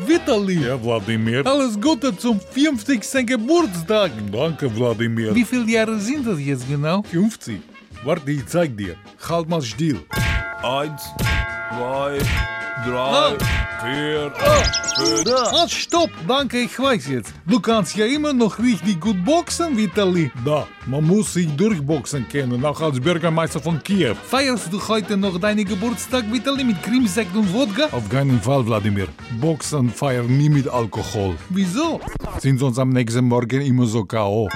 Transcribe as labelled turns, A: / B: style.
A: Vitali,
B: Ja, Wladimir.
A: alles Gute zum 50. Geburtstag.
B: Danke, Wladimir.
A: Wie viele Jahre sind das jetzt genau?
B: 50. Warte, ich zeig dir.
A: Halt mal still.
C: Eins, zwei,
A: Ah.
C: drei, vier, fünf.
A: Ah, stopp, danke, ich weiß jetzt. Du kannst ja immer noch richtig gut boxen, Vitali.
B: Da, man muss sich durchboxen können, auch als Bürgermeister von Kiew.
A: Feierst du heute noch deinen Geburtstag, Vitali, mit Krimsekt und Wodka?
B: Auf keinen Fall, Wladimir. Boxen feiern nie mit Alkohol.
A: Wieso?
B: Sind sonst am nächsten Morgen immer so K.O.